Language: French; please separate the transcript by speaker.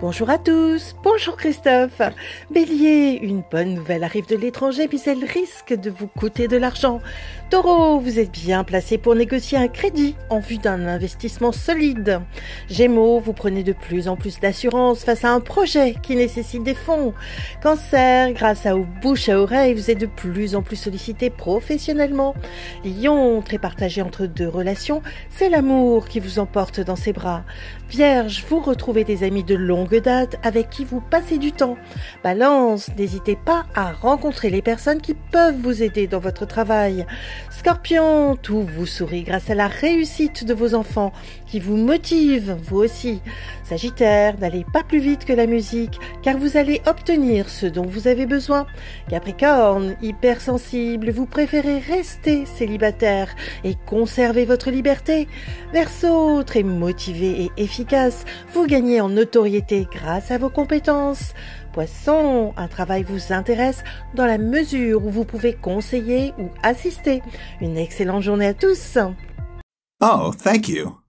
Speaker 1: Bonjour à tous, bonjour Christophe. Bélier, une bonne nouvelle arrive de l'étranger, mais elle risque de vous coûter de l'argent. Taureau, vous êtes bien placé pour négocier un crédit en vue d'un investissement solide. Gémeaux, vous prenez de plus en plus d'assurance face à un projet qui nécessite des fonds. Cancer, grâce à aux bouches à oreille, vous êtes de plus en plus sollicité professionnellement. Lion, très partagé entre deux relations, c'est l'amour qui vous emporte dans ses bras. Vierge, vous retrouvez des amis de longue date avec qui vous passez du temps. Balance, n'hésitez pas à rencontrer les personnes qui peuvent vous aider dans votre travail. Scorpion, tout vous sourit grâce à la réussite de vos enfants qui vous motive, vous aussi. Sagittaire, n'allez pas plus vite que la musique car vous allez obtenir ce dont vous avez besoin. Capricorne, hypersensible, vous préférez rester célibataire et conserver votre liberté. Verseau, très motivé et efficace, vous gagnez en notoriété grâce à vos compétences. Poisson, un travail vous intéresse dans la mesure où vous pouvez conseiller ou assister. Une excellente journée à tous.
Speaker 2: Oh, thank you.